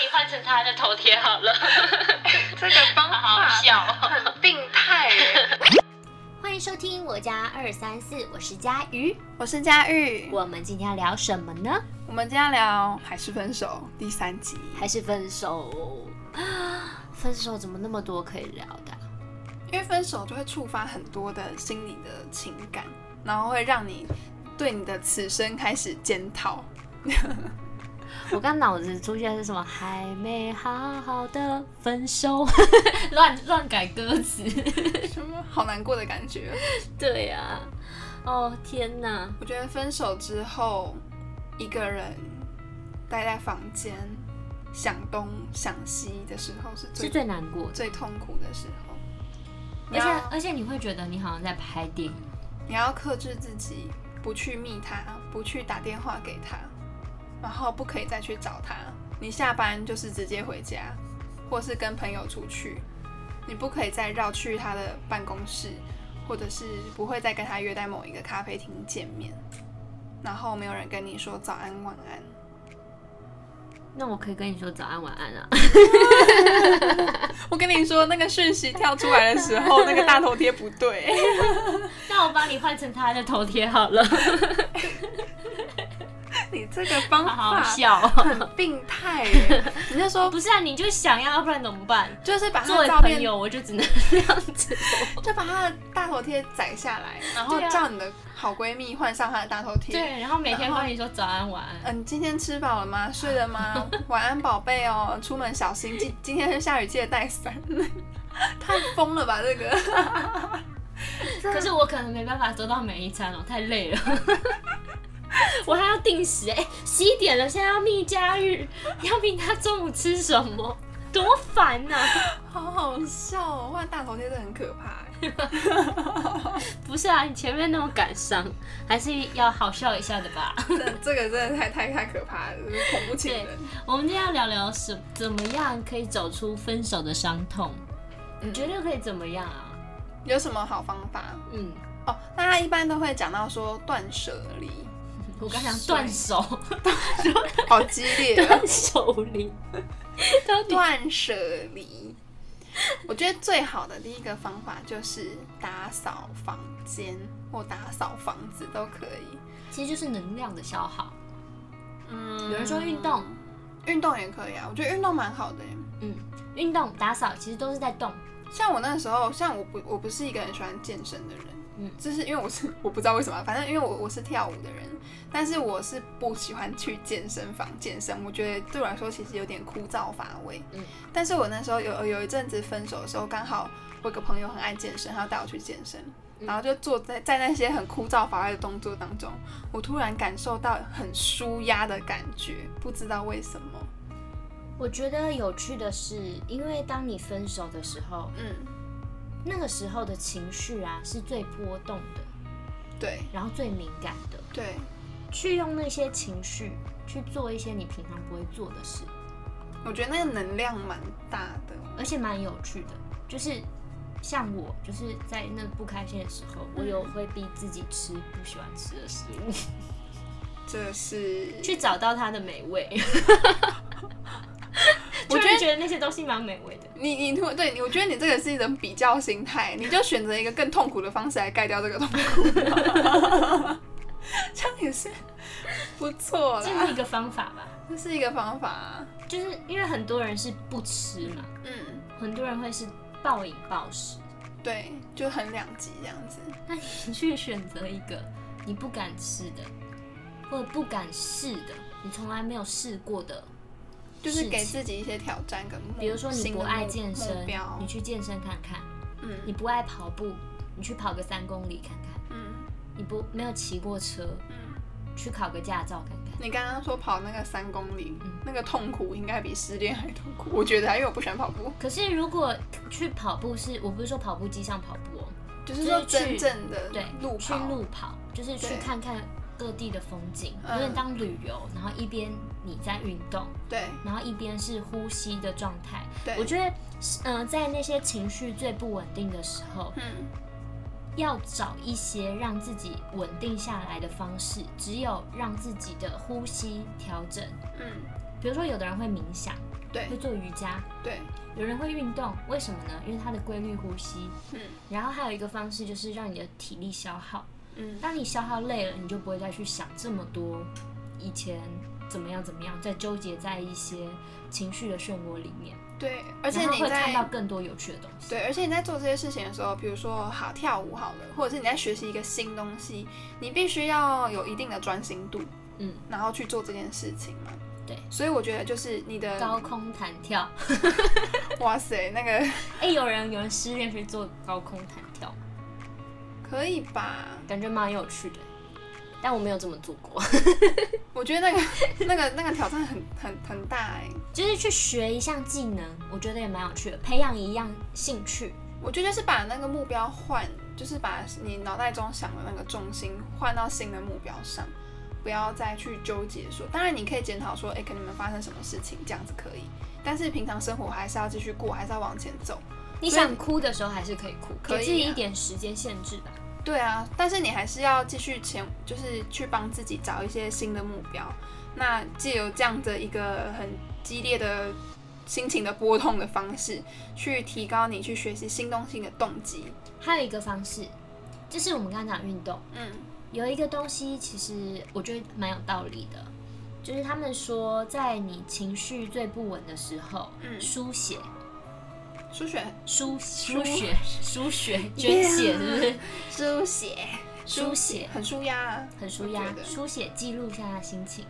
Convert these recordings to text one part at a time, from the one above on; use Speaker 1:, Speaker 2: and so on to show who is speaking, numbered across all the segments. Speaker 1: 你换成他的头贴好了，
Speaker 2: 这个方法
Speaker 1: 好好笑哦
Speaker 2: 很病态耶。
Speaker 3: 欢迎收听我家二三四，我是佳瑜。
Speaker 4: 我是佳玉，
Speaker 3: 我们今天要聊什么呢？
Speaker 4: 我们今天聊还是分手第三集。
Speaker 3: 还是分手？ 分手怎么那么多可以聊的啊？
Speaker 4: 因为分手就会触发很多的心理的情感，然后会让你对你的此生开始检 讨。
Speaker 3: 我刚脑子出现的是什么？还没好好的分手， 乱乱改歌词。
Speaker 4: 什么好难过的感觉？
Speaker 3: 对呀、哦天哪！
Speaker 4: 我觉得分手之后，一个人待在房间想东想西的时候是最
Speaker 3: 是最难过的，
Speaker 4: 最痛苦的时候。你
Speaker 3: 而且
Speaker 4: 要
Speaker 3: 而且你会觉得你好像在拍电影，
Speaker 4: 你要克制自己，不去密他，不去打电话给他，然后不可以再去找他。你下班就是直接回家，或是跟朋友出去，你不可以再绕去他的办公室，或者是不会再跟他约在某一个咖啡厅见面。然后没有人跟你说早安晚安，
Speaker 3: 那我可以跟你说早安晚安啊。
Speaker 4: 我跟你说那个讯息跳出来的时 候，那个大头贴不对，
Speaker 3: 那我帮你换成他的头贴好 了，
Speaker 4: 你这个方法
Speaker 3: 好好笑哦。
Speaker 4: 很病态耶！ 你就说
Speaker 3: 不是啊，你就想要，不然怎么办？
Speaker 4: 就是把他
Speaker 3: 作
Speaker 4: 的
Speaker 3: 为
Speaker 4: 照片
Speaker 3: 朋友，我就只能这样子。
Speaker 4: 就把她的大头贴摘下来，然后
Speaker 3: 对啊
Speaker 4: 叫你的好闺蜜换上她的大头贴。
Speaker 3: 对，然后每天跟你说早安 晚安。
Speaker 4: 嗯，你今天吃饱了吗？睡了 吗？晚安，宝贝哦，出门小心。今今天是下雨，记得带伞。 太疯了吧，这个！
Speaker 3: 可是我可能没办法做到每一餐哦，太累了。 我还要定时，哎、十一点了，现在要密佳玉， 要命他中午吃什么， 多烦啊呐、
Speaker 4: 好好笑哦，换大头贴真的很可怕。
Speaker 3: 不是啊，你前面那么感伤，还是要好笑一下的吧。
Speaker 4: 这这个真的太太太可怕了，就是恐怖情人。
Speaker 3: 我们今天要聊聊什怎么样可以走出分手的伤痛，你
Speaker 4: 嗯
Speaker 3: 觉得可以怎么样啊？
Speaker 4: 有什么好方法？
Speaker 3: 嗯，
Speaker 4: 哦，大家一般都会讲到说断舍 离，
Speaker 3: 我刚想断手，
Speaker 4: 好激烈、哦。
Speaker 3: 断手离，到底
Speaker 4: 断舍离。我觉得最好的第一个方法就是打扫房间或打扫房子都可以。
Speaker 3: 其实就是能量的消耗。
Speaker 4: 嗯
Speaker 3: 有人说运动，
Speaker 4: 运动也可以啊，我觉得运动蛮好的耶。
Speaker 3: 嗯，运动、打扫其实都是在动。
Speaker 4: 像我那时候，像我不我不是一个很喜欢健身的人，
Speaker 3: 嗯
Speaker 4: 嗯，就是因为我是我不知道为什么，反正因为我我是跳舞的人，但是我是不喜欢去健身房健身，我觉得对我来说其实有点枯燥乏味，
Speaker 3: 嗯
Speaker 4: 嗯，但是我那时候有有一阵子分手的时候，刚好我有个朋友很爱健身，他要带我去健身。
Speaker 3: 嗯
Speaker 4: 然后就坐在在那些很枯燥乏味的动作当中，我突然感受到很舒压的感觉，不知道为什么。
Speaker 3: 我觉得有趣的是，因为当你分手的时候，
Speaker 4: 嗯，
Speaker 3: 那个时候的情绪啊是最波动的，
Speaker 4: 对
Speaker 3: 然后最敏感的，
Speaker 4: 对，
Speaker 3: 去用那些情绪去做一些你平常不会做的事，
Speaker 4: 我觉得那个能量蛮大的。
Speaker 3: 而且蛮有趣的。就是像我，就是在那不开心的时候，
Speaker 4: 嗯
Speaker 3: 我有会逼自己吃不喜欢吃的食物，
Speaker 4: 这是
Speaker 3: 去找到它的美 味。
Speaker 4: 我觉得
Speaker 3: 突然觉得那些东西蛮美味的。
Speaker 4: 你你突对你，我觉得你这个是一种比较心态，你就选择一个更痛苦的方式来盖掉这个痛苦， 这样也是不错
Speaker 3: 这是
Speaker 4: 啦，
Speaker 3: 一个方法吧，
Speaker 4: 这是一个方法啊、
Speaker 3: 就是因为很多人是不吃嘛，
Speaker 4: 嗯，
Speaker 3: 很多人会是暴饮暴食。
Speaker 4: 对，就很两极这样子。
Speaker 3: 那你去选择一个你不敢吃的，或者不敢试的，你从来没有试过的，
Speaker 4: 就是给
Speaker 3: 事情
Speaker 4: 自己一些挑战跟目，
Speaker 3: 比如说你
Speaker 4: 新
Speaker 3: 不
Speaker 4: 的
Speaker 3: 爱
Speaker 4: 目
Speaker 3: 健身
Speaker 4: 目标，
Speaker 3: 你去健身看看；你
Speaker 4: 嗯
Speaker 3: 不爱跑步，你去跑个三公里看看；
Speaker 4: 嗯
Speaker 3: 你不没有骑过车，
Speaker 4: 嗯，
Speaker 3: 去考个驾照看看。
Speaker 4: 你刚刚说跑那个三公里
Speaker 3: 嗯，
Speaker 4: 那个痛苦应该比失恋还痛苦，我觉得啊，因为我不喜欢跑步，
Speaker 3: 可是如果去跑步是，我不是说跑步机上跑步哦，
Speaker 4: 就是说
Speaker 3: 就是
Speaker 4: 真
Speaker 3: 去
Speaker 4: 正的
Speaker 3: 对，
Speaker 4: 路
Speaker 3: 去
Speaker 4: 跑，
Speaker 3: 路跑，就是去
Speaker 4: 对
Speaker 3: 看看各地的风景，有
Speaker 4: 嗯
Speaker 3: 点当旅游，然后一边你在运动，
Speaker 4: 对
Speaker 3: 然后一边是呼吸的状态。
Speaker 4: 对，
Speaker 3: 我觉得，嗯、在那些情绪最不稳定的时候，
Speaker 4: 嗯。
Speaker 3: 要找一些让自己稳定下来的方式，只有让自己的呼吸调整。
Speaker 4: 嗯
Speaker 3: 比如说，有的人会冥想，
Speaker 4: 对
Speaker 3: 会做瑜伽，
Speaker 4: 对，
Speaker 3: 有人会运动，为什么呢？因为它的规律呼吸，
Speaker 4: 嗯
Speaker 3: 然后还有一个方式就是让你的体力消耗。
Speaker 4: 嗯
Speaker 3: 当你消耗累了，你就不会再去想这么多以前怎么样怎么样，再纠结在一些情绪的漩涡里面，
Speaker 4: 对，而且
Speaker 3: 然后
Speaker 4: 你
Speaker 3: 会看到
Speaker 4: 在
Speaker 3: 更多有趣的东西。
Speaker 4: 对，而且你在做这些事情的时候，比如说好跳舞好了，或者是你在学习一个新东西，你必须要有一定的专心度，
Speaker 3: 嗯，
Speaker 4: 然后去做这件事情嘛。
Speaker 3: 对
Speaker 4: 所以我觉得就是你的
Speaker 3: 高空弹跳，
Speaker 4: 哇塞，那个
Speaker 3: 哎，有人有人失恋去做高空弹跳，
Speaker 4: 可以吧？
Speaker 3: 感觉蛮有趣的，但我没有这么做过。
Speaker 4: 我觉得那个那个那个挑战很很很大哎、
Speaker 3: 就是去学一项技能，我觉得也蛮有趣的，培养一样兴趣。
Speaker 4: 我觉得就是把那个目标换，就是把你脑袋中想的那个重心换到新的目标上，不要再去纠结说。当然，你可以检讨说，哎、可能你们发生什么事情，这样子可以。但是平常生活还是要继续过，还是要往前走。
Speaker 3: 你想哭的时候还是可以哭，
Speaker 4: 可以啊
Speaker 3: 给自己一点时间限制吧。
Speaker 4: 对啊，但是你还是要继续前，就是去帮自己找一些新的目标。那借由这样的一个很激烈的心情的波动的方式，去提高你去学习新东西的动机。
Speaker 3: 还有一个方式，就是我们刚刚讲运动，
Speaker 4: 嗯
Speaker 3: 有一个东西其实我觉得蛮有道理的，就是他们说在你情绪最不稳的时候，
Speaker 4: 嗯
Speaker 3: 书写、
Speaker 4: 书写，
Speaker 3: 书书写、书写、捐血，是不是？
Speaker 4: 书写，
Speaker 3: 书写
Speaker 4: 很舒压、啊，
Speaker 3: 很舒
Speaker 4: 我
Speaker 3: 压
Speaker 4: 觉，得
Speaker 3: 书写记录下心情。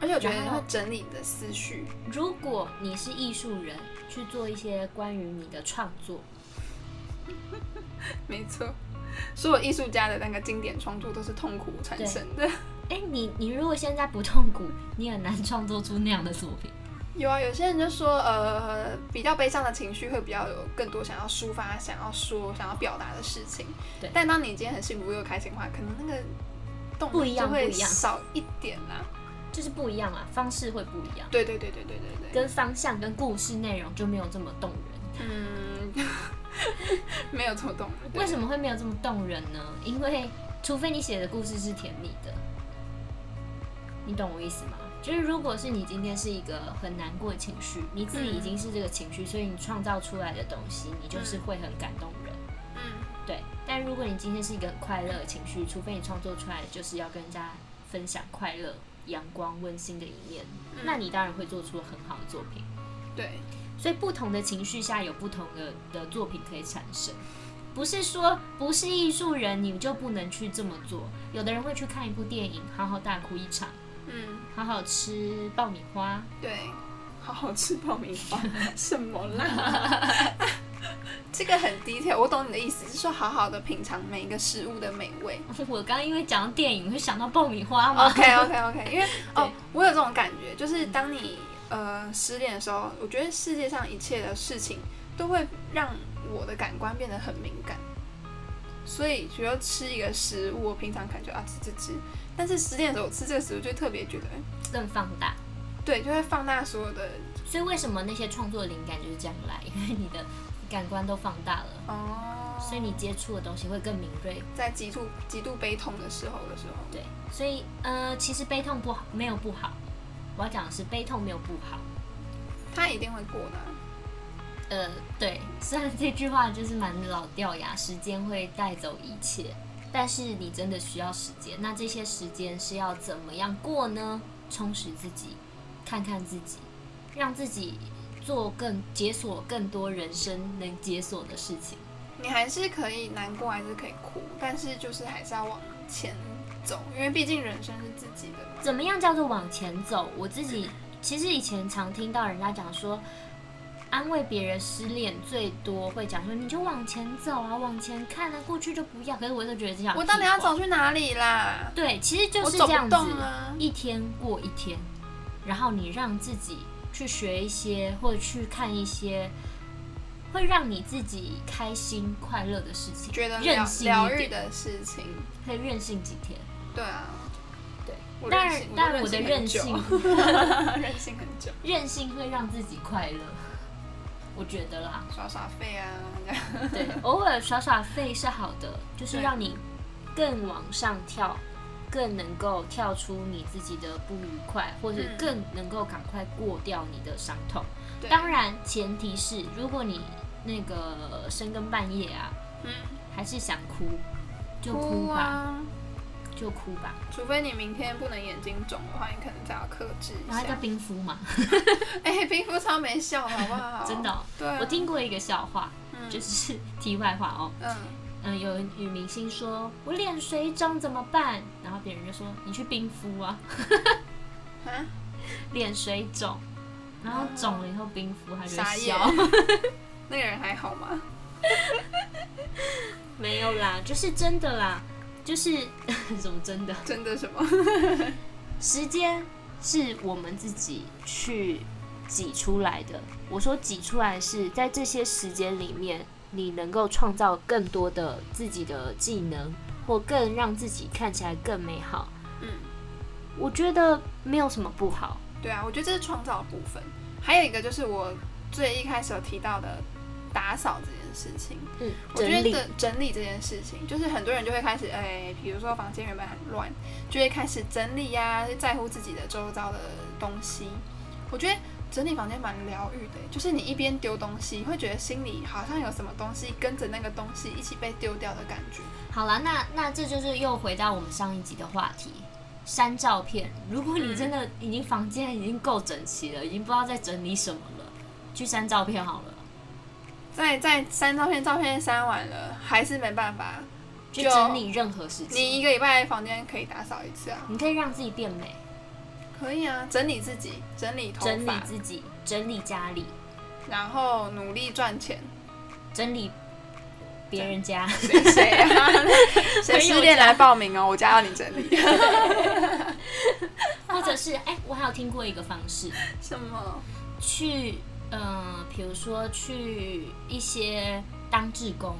Speaker 4: 而且我觉得
Speaker 3: 然后
Speaker 4: 会整理你的思绪。
Speaker 3: 如果你是艺术人，去做一些关于你的创作，
Speaker 4: 没错，所有艺术家的那个经典创作都是痛苦产生的。
Speaker 3: 哎、你你如果现在不痛苦，你很难创作出那样的作品。
Speaker 4: 有啊，有些人就说，呃，比较悲伤的情绪会比较有更多想要抒发、想要说、想要表达的事情。
Speaker 3: 对
Speaker 4: 但当你今天很幸福又开心的话，可能那个动
Speaker 3: 不
Speaker 4: 力
Speaker 3: 一
Speaker 4: 就
Speaker 3: 样
Speaker 4: 会
Speaker 3: 不一样
Speaker 4: 少一点啦。
Speaker 3: 就是不一样啊，方式会不一样，
Speaker 4: 对对对对对对对。
Speaker 3: 跟方向跟故事内容就没有这么动人。
Speaker 4: 嗯， 没有这么动。对
Speaker 3: 为什么会没有这么动人呢？因为除非你写的故事是甜蜜的，你懂我意思吗？就是如果是你今天是一个很难过的情绪，你自己已经是这个情绪，所以你创造出来的东西，你就是会很感动人。
Speaker 4: 嗯，
Speaker 3: 对，但如果你今天是一个很快乐的情绪，除非你创作出来的就是要跟人家分享快乐、阳光、温馨的一面，那你当然会做出很好的作品。
Speaker 4: 对，
Speaker 3: 所以不同的情绪下有不同的的作品可以产生，不是说不是艺术人你就不能去这么做。有的人会去看一部电影，好好大哭一场，
Speaker 4: 嗯，
Speaker 3: 好好吃爆米花，
Speaker 4: 对，好好吃爆米 花，什么啦？ 这个很 detail，我懂你的意思，是说好好的品尝每一个食物的美味。
Speaker 3: 我刚刚因为讲到电影，会想到爆米花吗
Speaker 4: OK OK OK，因为哦
Speaker 3: 对，
Speaker 4: 我有这种感觉，就是当你呃失恋的时候，我觉得世界上一切的事情都会让我的感官变得很敏感。所以，比如说吃一个食物，我平常感觉啊吃吃吃，但是失恋的时候我吃这个食物就特别觉得，哎
Speaker 3: 更放大。
Speaker 4: 对，就会放大所有的
Speaker 3: 所以为什么那些创作灵感就是这样来？因为你的感官都放大了，
Speaker 4: 哦，
Speaker 3: 所以你接触的东西会更敏锐。
Speaker 4: 在极度极度悲痛的时候的时候，
Speaker 3: 对，所以呃，其实悲痛不好没有不好，我要讲的是悲痛没有不好。
Speaker 4: 他一定会过的啊、
Speaker 3: 呃，对，虽然这句话就是蛮老掉牙，时间会带走一切，但是你真的需要时间。那这些时间是要怎么样过呢？充实自己，看看自己，让自己做更解锁更多人生能解锁的事情。
Speaker 4: 你还是可以难过，还是可以哭，但是就是还是要往前走，因为毕竟人生是自己的。
Speaker 3: 怎么样叫做往前走？我自己其实以前常听到人家讲说，安慰别人失恋最多会讲说你就往前走啊，往前看啊，过去就不要。可是我就觉得这样，
Speaker 4: 我到底要？走去哪里啦？
Speaker 3: 对，其实就
Speaker 4: 我
Speaker 3: 是
Speaker 4: 走
Speaker 3: 这
Speaker 4: 不
Speaker 3: 样子，
Speaker 4: 动啊
Speaker 3: 一天过一天，然后你让自己去学一些，或者去看一些。会让你自己开心快乐的事情，
Speaker 4: 觉得疗
Speaker 3: 任性
Speaker 4: 疗
Speaker 3: 一
Speaker 4: 愈
Speaker 3: 点，
Speaker 4: 的事情，
Speaker 3: 可以任性几天。
Speaker 4: 对啊，
Speaker 3: 对，
Speaker 4: 我
Speaker 3: 当然
Speaker 4: 任性，
Speaker 3: 当然我的任
Speaker 4: 任
Speaker 3: 性
Speaker 4: 性很久 任性很久，
Speaker 3: 任性会让自己快乐，我觉得啦。
Speaker 4: 耍耍废啊，这样
Speaker 3: 嗯对，偶尔耍耍废是好的，就是让你更往上跳，更能够跳出你自己的不愉快，或者
Speaker 4: 嗯
Speaker 3: 更能够赶快过掉你的伤痛。
Speaker 4: 对，
Speaker 3: 当然，前提是如果你那个深更半夜啊，
Speaker 4: 嗯，
Speaker 3: 还是想哭，就哭
Speaker 4: 哭
Speaker 3: 吧，
Speaker 4: 啊，
Speaker 3: 就哭吧，
Speaker 4: 除非你明天不能眼睛肿的话，你可能再要克制一
Speaker 3: 然后叫
Speaker 4: 下。
Speaker 3: 冰敷嘛。
Speaker 4: 哎， 冰敷超没效的，好不好？
Speaker 3: 真的哦、
Speaker 4: 对啊
Speaker 3: 我听过一个笑话，
Speaker 4: 嗯
Speaker 3: 就是 题外话哦。
Speaker 4: 嗯，
Speaker 3: 嗯，有女明星说我脸水肿怎么办？然后别人就说你去冰敷啊，
Speaker 4: 啊，
Speaker 3: 脸水肿，然后肿了以后冰敷，她就
Speaker 4: 啊傻
Speaker 3: 会
Speaker 4: 眼
Speaker 3: 笑。。
Speaker 4: 那个人还好吗？
Speaker 3: 没有啦，就是真的啦，就是 怎么真的？
Speaker 4: 真的什么？
Speaker 3: 时间是我们自己去挤出来的。我说挤出来是在这些时间里面，你能够创造更多的自己的技能，或更让自己看起来更美好。
Speaker 4: 嗯，
Speaker 3: 我觉得没有什么不好。
Speaker 4: 对啊，我觉得这是创造的部分。还有一个就是我最一开始有提到的打扫这件事情，
Speaker 3: 嗯，
Speaker 4: 我觉
Speaker 3: 整理
Speaker 4: 得整整理这件事情，就是很多人就会开始，哎，比如说房间原本很乱，就会开始整理呀、在乎自己的周遭的东西。我觉得整理房间蛮疗愈的，欸就是你一边丢东西，会觉得心里好像有什么东西跟着那个东西一起被丢掉的感觉。
Speaker 3: 好了，那那这就是又回到我们上一集的话题。删照片，如果你
Speaker 4: 嗯
Speaker 3: 真的已经房间已经够整齐了，已经不知道在整理什么了，去删照片好了，
Speaker 4: 在在删照片，照片删完了还是没办法，
Speaker 3: 去
Speaker 4: 就
Speaker 3: 整理任何事情。
Speaker 4: 你一个礼拜房间可以打扫一次啊，
Speaker 3: 你可以让自己变美，
Speaker 4: 可以啊，整理自己，整理头
Speaker 3: 整理
Speaker 4: 发，
Speaker 3: 自己，整理家里，
Speaker 4: 然后努力赚钱。
Speaker 3: 整理别人 家。
Speaker 4: 谁啊？谁失恋来报名哦？我家要你整理。
Speaker 3: 或者是哎、我还有听过一个方式，
Speaker 4: 什么？
Speaker 3: 去嗯，比、如说去一些当志工，
Speaker 4: 哦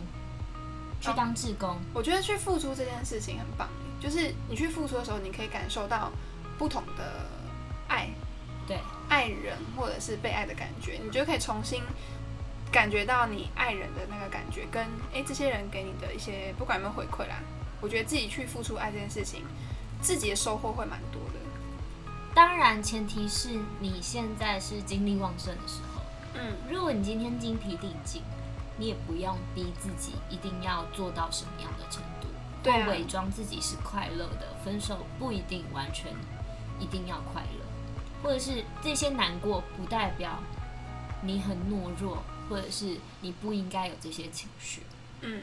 Speaker 3: 去当志工，
Speaker 4: 我觉得去付出这件事情很棒，就是你去付出的时候，你可以感受到不同的爱，
Speaker 3: 对，
Speaker 4: 爱人或者是被爱的感觉，你就可以重新感觉到你爱人的那个感觉，跟诶这些人给你的一些不管有没有回馈啦，我觉得自己去付出爱这件事情，自己的收获会蛮多的。
Speaker 3: 当然前提是你现在是精力旺盛的时候。
Speaker 4: 嗯，
Speaker 3: 如果你今天精疲力尽，你也不用逼自己一定要做到什么样的程度，
Speaker 4: 对啊
Speaker 3: 或伪装自己是快乐的。分手不一定完全一定要快乐，或者是这些难过不代表你很懦弱，或者是你不应该有这些情绪。
Speaker 4: 嗯，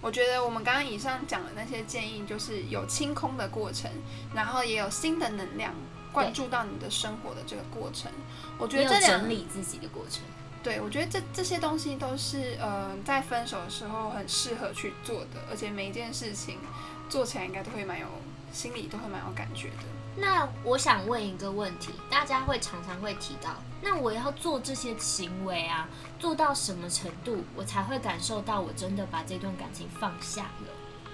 Speaker 4: 我觉得我们刚刚以上讲的那些建议，就是有清空的过程，然后也有新的能量灌注到你的生活的这个过程。我觉
Speaker 3: 也
Speaker 4: 得
Speaker 3: 有
Speaker 4: 这两
Speaker 3: 整理自己的过程，
Speaker 4: 对，我觉得这这些东西都是呃，在分手的时候很适合去做的，而且每一件事情做起来应该都会蛮有，心里都会蛮有感觉的。
Speaker 3: 那我想问一个问题，大家会常常会提到，那我要做这些行为啊，做到什么程度，我才会感受到我真的把这段感情放下了？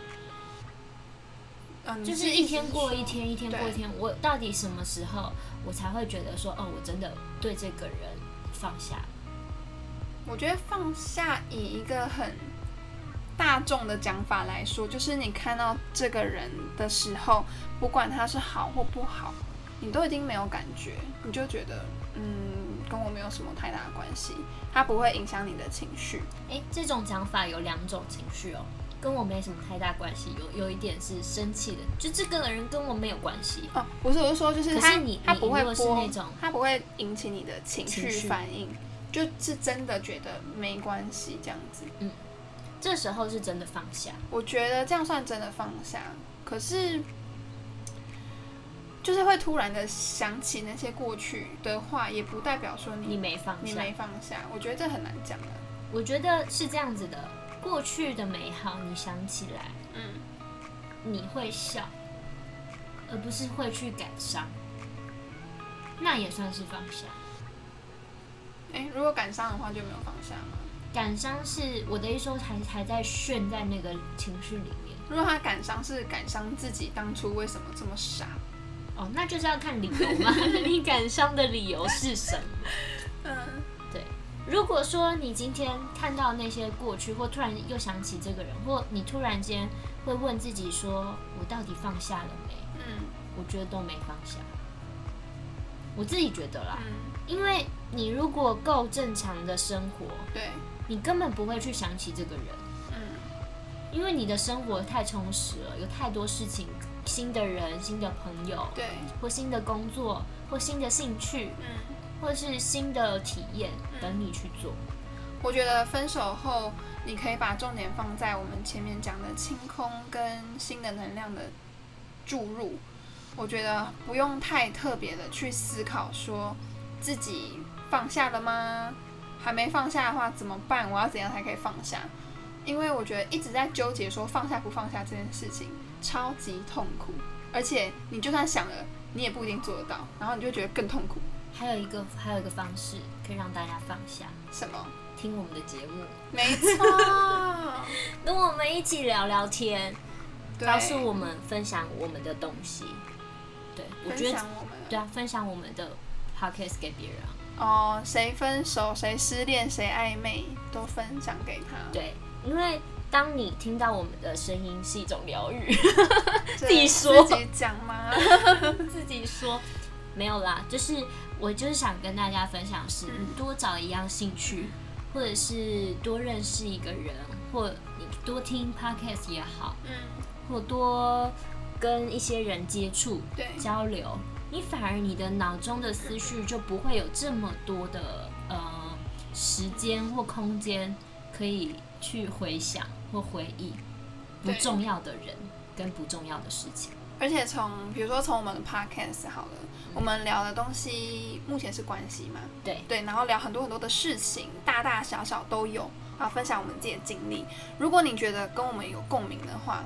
Speaker 4: 嗯，
Speaker 3: 就是
Speaker 4: 你
Speaker 3: 一天过
Speaker 4: 说
Speaker 3: 一天，一天过一天，我到底什么时候我才会觉得说，哦，我真的对这个人放下了？
Speaker 4: 我觉得放下以一个很大众的讲法来说，就是你看到这个人的时候，不管他是好或不好，你都已经没有感觉，你就觉得嗯，跟我没有什么太大的关系，他不会影响你的情绪。
Speaker 3: 诶，这种讲法有两种情绪哦，跟我没什么太大关系，有有一点是生气的，就这个人跟我没有关系，
Speaker 4: 哦，不是，我是说，就是
Speaker 3: 可
Speaker 4: 他
Speaker 3: 是你
Speaker 4: 他
Speaker 3: 你
Speaker 4: 不会
Speaker 3: 如果是
Speaker 4: 波
Speaker 3: 那种
Speaker 4: 他不会引起你的情
Speaker 3: 情
Speaker 4: 绪
Speaker 3: 绪
Speaker 4: 反应，就是真的觉得没关系这样子。
Speaker 3: 这时候是真的放下。
Speaker 4: 我觉得这样算真的放下，可是就是会突然的想起那些过去的话，也不代表说你
Speaker 3: 你没放下，
Speaker 4: 你没放下。我觉得这很难讲的。
Speaker 3: 我觉得是这样子的，过去的美好你想起来，
Speaker 4: 嗯，
Speaker 3: 你会笑，而不是会去感伤，那也算是放下。
Speaker 4: 哎，如果感伤的话就没有放下吗？
Speaker 3: 感伤是我的一说还还在炫在那个情绪里面
Speaker 4: 如果他感伤是感伤自己当初为什么这么傻，
Speaker 3: 哦，那就是要看理由嘛，你感伤的理由是什么？
Speaker 4: 嗯，
Speaker 3: 对，如果说你今天看到那些过去，或突然又想起这个人，或你突然间会问自己说，我到底放下了没？
Speaker 4: 嗯
Speaker 3: 我觉得都没放下。我自己觉得啦，
Speaker 4: 嗯，
Speaker 3: 因为你如果够正常的生活，
Speaker 4: 对，
Speaker 3: 你根本不会去想起这个人，
Speaker 4: 嗯
Speaker 3: 因为你的生活太充实了，有太多事情，新的人、新的朋友，
Speaker 4: 对，
Speaker 3: 或新的工作，或新的兴趣，
Speaker 4: 嗯。
Speaker 3: 或是新的体验等你去做。
Speaker 4: 我觉得分手后，你可以把重点放在我们前面讲的清空跟新的能量的注入。我觉得不用太特别的去思考，说自己放下了吗？还没放下的话怎么办？我要怎样才可以放下？因为我觉得一直在纠结说放下不放下这件事情，超级痛苦，而且你就算想了，你也不一定做得到，然后你就觉得更痛苦。
Speaker 3: 还有一个，还有一个方式可以让大家放下，
Speaker 4: 什么？
Speaker 3: 听我们的节目，
Speaker 4: 没错，
Speaker 3: 跟我们一起聊聊天，
Speaker 4: 对
Speaker 3: 告诉我们分享我们的东西。对，我觉
Speaker 4: 分
Speaker 3: 得
Speaker 4: 享我们的。
Speaker 3: 对啊，分享我们的 podcast 给别人啊。
Speaker 4: 哦，谁分手、谁失恋、谁暧昧，都分享给他。
Speaker 3: 对，因为当你听到我们的声音是一种疗愈，
Speaker 4: 这
Speaker 3: 自己说
Speaker 4: 自己讲 吗？
Speaker 3: 自己说没有啦，就是我就是想跟大家分享是
Speaker 4: 嗯
Speaker 3: 多找一样兴趣，或者是多认识一个人，或你多听 podcast 也好，
Speaker 4: 嗯，
Speaker 3: 或多跟一些人接触
Speaker 4: 对，
Speaker 3: 交流，你反而你的脑中的思绪就不会有这么多的呃时间或空间可以去回想或回忆不
Speaker 4: 对
Speaker 3: 重要的人跟不重要的事情。
Speaker 4: 而且从比如说从我们的 podcast 好了，
Speaker 3: 嗯
Speaker 4: 我们聊的东西目前是关系嘛，
Speaker 3: 对
Speaker 4: 对，然后聊很多很多的事情，大大小小都有，然后分享我们自己的经历。如果你觉得跟我们有共鸣的话，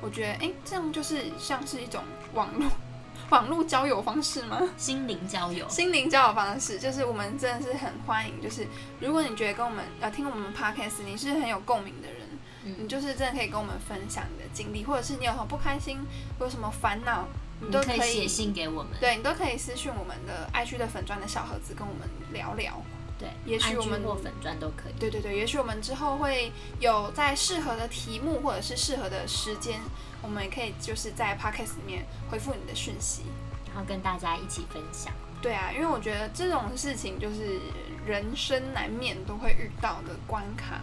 Speaker 4: 我觉得哎，诶这样就是像是一种网络 网络交友方式吗？
Speaker 3: 心灵交友，
Speaker 4: 心灵交友方式，就是我们真的是很欢迎。就是如果你觉得跟我们呃听我们 podcast，你是很有共鸣的人，你
Speaker 3: 嗯，
Speaker 4: 就是真的可以跟我们分享你的经历，或者是你有什么不开心，有什么烦恼，你
Speaker 3: 你
Speaker 4: 都
Speaker 3: 可以
Speaker 4: 以
Speaker 3: 写信给我们。
Speaker 4: 对你都可以私讯我们的爱区的粉砖的小盒子，跟我们聊聊。
Speaker 3: 对，
Speaker 4: 也许
Speaker 3: IG
Speaker 4: 我们
Speaker 3: 或粉砖都可以。
Speaker 4: 对对对，也许我们之后会有在适合的题目或者是适合的时间，我们也可以就是在 podcast 里面回复你的讯息。
Speaker 3: 然后跟大家一起分享。
Speaker 4: 对啊，因为我觉得这种事情就是人生难免都会遇到的关卡。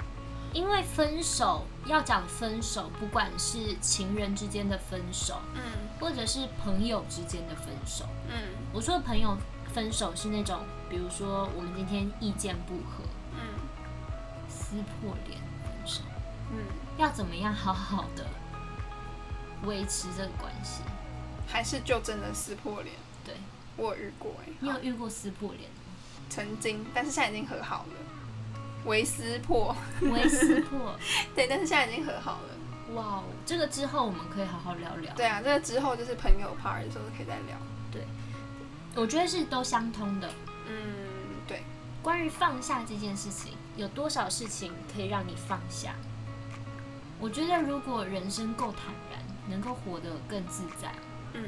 Speaker 3: 因为分手要讲分手，不管是情人之间的分手，
Speaker 4: 嗯
Speaker 3: 或者是朋友之间的分手，
Speaker 4: 嗯
Speaker 3: 我说的朋友分手是那种，比如说我们今天意见不合，
Speaker 4: 嗯
Speaker 3: 撕破脸分手，
Speaker 4: 嗯，
Speaker 3: 要怎么样好好的维持这个关系？
Speaker 4: 还是就真的撕破脸，
Speaker 3: 对
Speaker 4: 我有遇过
Speaker 3: 你
Speaker 4: 哎、
Speaker 3: 有遇过撕破脸的吗？
Speaker 4: 曾经，但是现在已经和好了，为撕破，
Speaker 3: 微撕破，
Speaker 4: 对，但是现在已经和好了。
Speaker 3: 哇哦！这个之后我们可以好好聊聊。
Speaker 4: 对啊，这个之后就是朋友 part 的时候可以再聊。
Speaker 3: 我觉得是都相通的。
Speaker 4: 嗯，对，
Speaker 3: 关于放下这件事情，有多少事情可以让你放下？我觉得如果人生够坦然，能够活得更自在，
Speaker 4: 嗯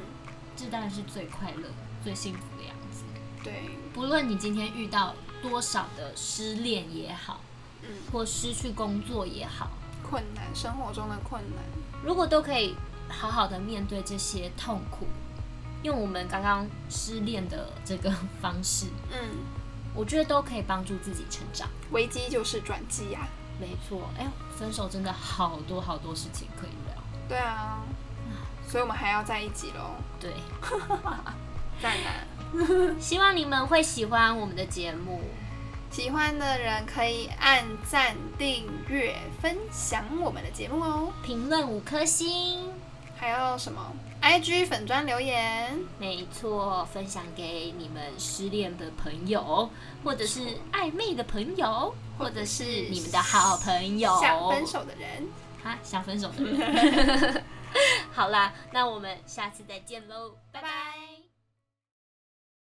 Speaker 3: 这当然是最快乐、最幸福的样子。
Speaker 4: 对，
Speaker 3: 不论你今天遇到多少的失恋也好，
Speaker 4: 嗯，
Speaker 3: 或失去工作也好，
Speaker 4: 困难，生活中的困难，
Speaker 3: 如果都可以好好的面对这些痛苦，用我们刚刚失恋的这个 方式，
Speaker 4: 嗯，
Speaker 3: 我觉得都可以帮助自己成长。
Speaker 4: 危机就是转机啊呀、
Speaker 3: 没错，哎呦，分手真的好多好多事情可以聊。
Speaker 4: 对啊，
Speaker 3: 嗯
Speaker 4: 所以我们还要在一起喽，
Speaker 3: 对，
Speaker 4: 赞啊！
Speaker 3: 希望你们会喜欢我们的节目。
Speaker 4: 喜欢的人可以按赞、订阅、分享我们的节目哦。
Speaker 3: 评论五颗星，
Speaker 4: 还有什么？IG 粉砖留言，
Speaker 3: 没错，分享给你们失恋的朋友，或者是暧昧的朋友，或者是你们的好朋友。
Speaker 4: 想分手的人，
Speaker 3: 啊， 想分手的人。好啦，那我们下次再见喽，
Speaker 4: 拜
Speaker 3: 拜拜。
Speaker 4: 拜。